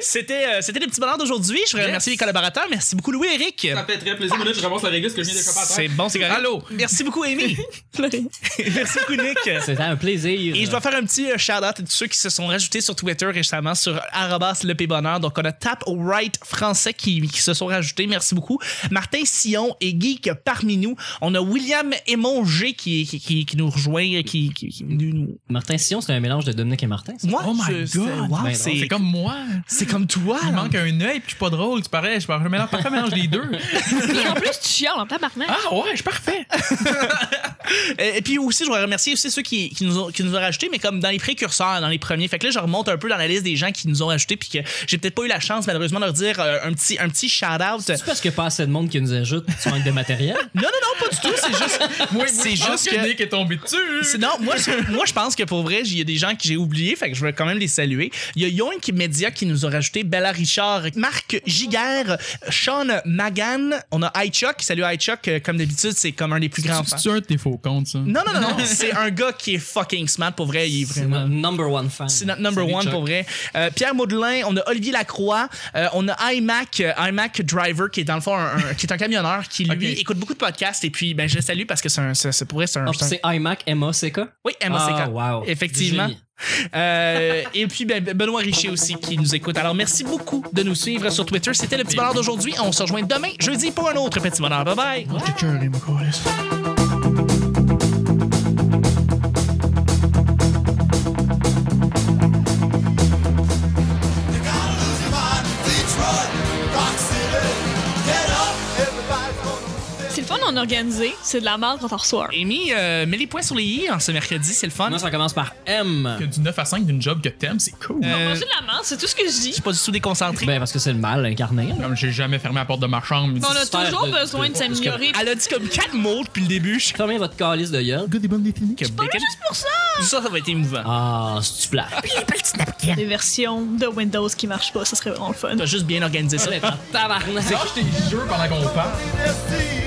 Speaker 4: C'était euh, c'était les petits bonheurs d'aujourd'hui. Je voudrais remercier les collaborateurs. Merci beaucoup, Louis Eric.
Speaker 6: Ça me fait très plaisir. Mais là, je ramasse la réglisse que je viens de choper à terre.
Speaker 4: C'est bon, c'est correct. Allô. Merci beaucoup, Amy. Merci beaucoup, Nick.
Speaker 3: C'était un plaisir.
Speaker 4: Et je dois faire un petit euh, shout-out à tous ceux qui se sont rajoutés sur Twitter récemment sur arrobas le Bonheur. Donc, on a Tap Right français qui, qui se sont rajoutés. Merci beaucoup. Martin Sion et Geek parmi nous. On a William Émongé qui, qui, qui, qui nous rejoint. euh, Qui, qui, qui- nous-
Speaker 3: Martin Sion, c'est un mélange de Dominique et Martin. ça.
Speaker 4: Moi,
Speaker 1: Oh my
Speaker 4: je- c'est-
Speaker 1: God.
Speaker 4: wow,
Speaker 3: Ben,
Speaker 1: C'est
Speaker 4: c'est
Speaker 1: comme moi.
Speaker 4: c'est comme toi.
Speaker 1: Il
Speaker 4: là.
Speaker 1: manque un œil, puis je suis pas drôle. Tu parais, je suis un mélange, parfait mélange des deux.
Speaker 2: Puis en plus, tu chiales en tabarnak.
Speaker 1: Ah ouais, je suis parfait.
Speaker 4: Euh, Et puis aussi, je voudrais remercier aussi ceux qui, qui nous ont, qui nous ont rajoutés, mais comme dans les précurseurs, dans les premiers. Fait que là, je remonte un peu dans la liste des gens qui nous ont rajoutés, puis que j'ai peut-être pas eu la chance, malheureusement, de leur dire euh, un petit, un petit shout-out.
Speaker 3: C'est parce qu'il n'y a pas assez de monde qui nous ajoute, tu manques de matériel.
Speaker 4: Non, non, non, pas du tout. C'est juste. c'est
Speaker 1: Je pense
Speaker 4: juste
Speaker 1: que
Speaker 4: que.
Speaker 1: Nick est tombé dessus.
Speaker 4: c'est- Non, moi, je- moi, je pense que pour vrai, il y a des gens que j'ai oubliés, fait que je veux quand même les saluer. Il y a Yoink Media qui nous a rajouté Bella Richard, Marc Giguère, Sean Magan. On a iChuck. Salut iChuck. euh, Comme d'habitude, c'est comme un des plus grands fans.
Speaker 1: C'est un de tes faux comptes, ça.
Speaker 4: Non, non, non, non. c'est un gars qui est fucking smart pour vrai. Il est
Speaker 3: C'est
Speaker 4: vraiment.
Speaker 3: notre number one fan.
Speaker 4: C'est notre number
Speaker 3: Salut,
Speaker 4: one
Speaker 3: Chuck.
Speaker 4: pour vrai. Euh, Pierre Maudelin, on a Olivier Lacroix, euh, on a iMac, euh, iMac Driver qui est dans le fond un, un- qui est un camionneur qui lui
Speaker 1: Ok.
Speaker 4: écoute beaucoup de podcasts et puis ben je le salue parce que c'est un c'est c'est pour vrai c'est un,
Speaker 3: Ah,
Speaker 4: c'est un-
Speaker 3: C'est iMac, MACK.
Speaker 4: oui MACK.
Speaker 3: Ah, wow.
Speaker 4: Effectivement.
Speaker 3: Du génie.
Speaker 4: Euh, et puis ben, Benoît Richer aussi qui nous écoute. Alors merci beaucoup de nous suivre sur Twitter. C'était le petit bonheur d'aujourd'hui. On se rejoint demain jeudi pour un autre petit bonheur. Bye bye.
Speaker 7: Detroit, Rock City, get up, everybody's gonna
Speaker 2: on a organisé, c'est de la merde quand on reçoit.
Speaker 4: Amy, euh, mets les points sur les i en ce mercredi, c'est le fun.
Speaker 3: Moi, ça commence par M.
Speaker 1: Que du 9 à 5 d'une job que t'aimes, c'est cool.
Speaker 4: Euh,
Speaker 2: Manger de la merde, c'est tout ce que je dis.
Speaker 4: C'est pas du tout déconcentré.
Speaker 3: Ben, parce que c'est le mal incarné.
Speaker 1: Comme j'ai jamais fermé la porte de ma chambre.
Speaker 2: On a
Speaker 3: sphère
Speaker 2: toujours
Speaker 3: de-
Speaker 2: besoin
Speaker 3: de-
Speaker 2: de s'améliorer.
Speaker 4: Elle a dit comme quatre mots depuis le début. Je suis ben,
Speaker 3: Fermez votre calice de gueule.
Speaker 1: des bonnes définies.
Speaker 3: Ben,
Speaker 4: comme, Bacon-
Speaker 2: Juste pour ça,
Speaker 4: Ça, ça va être émouvant.
Speaker 3: Ah, c'est-tu plat.
Speaker 5: les petits napkins.
Speaker 2: des versions de Windows qui marchent pas, ça serait vraiment le fun.
Speaker 4: T'as juste bien organisé ça.
Speaker 3: Tabarnak.
Speaker 1: Lâche tes jeux pendant qu'on parle.
Speaker 7: Merci.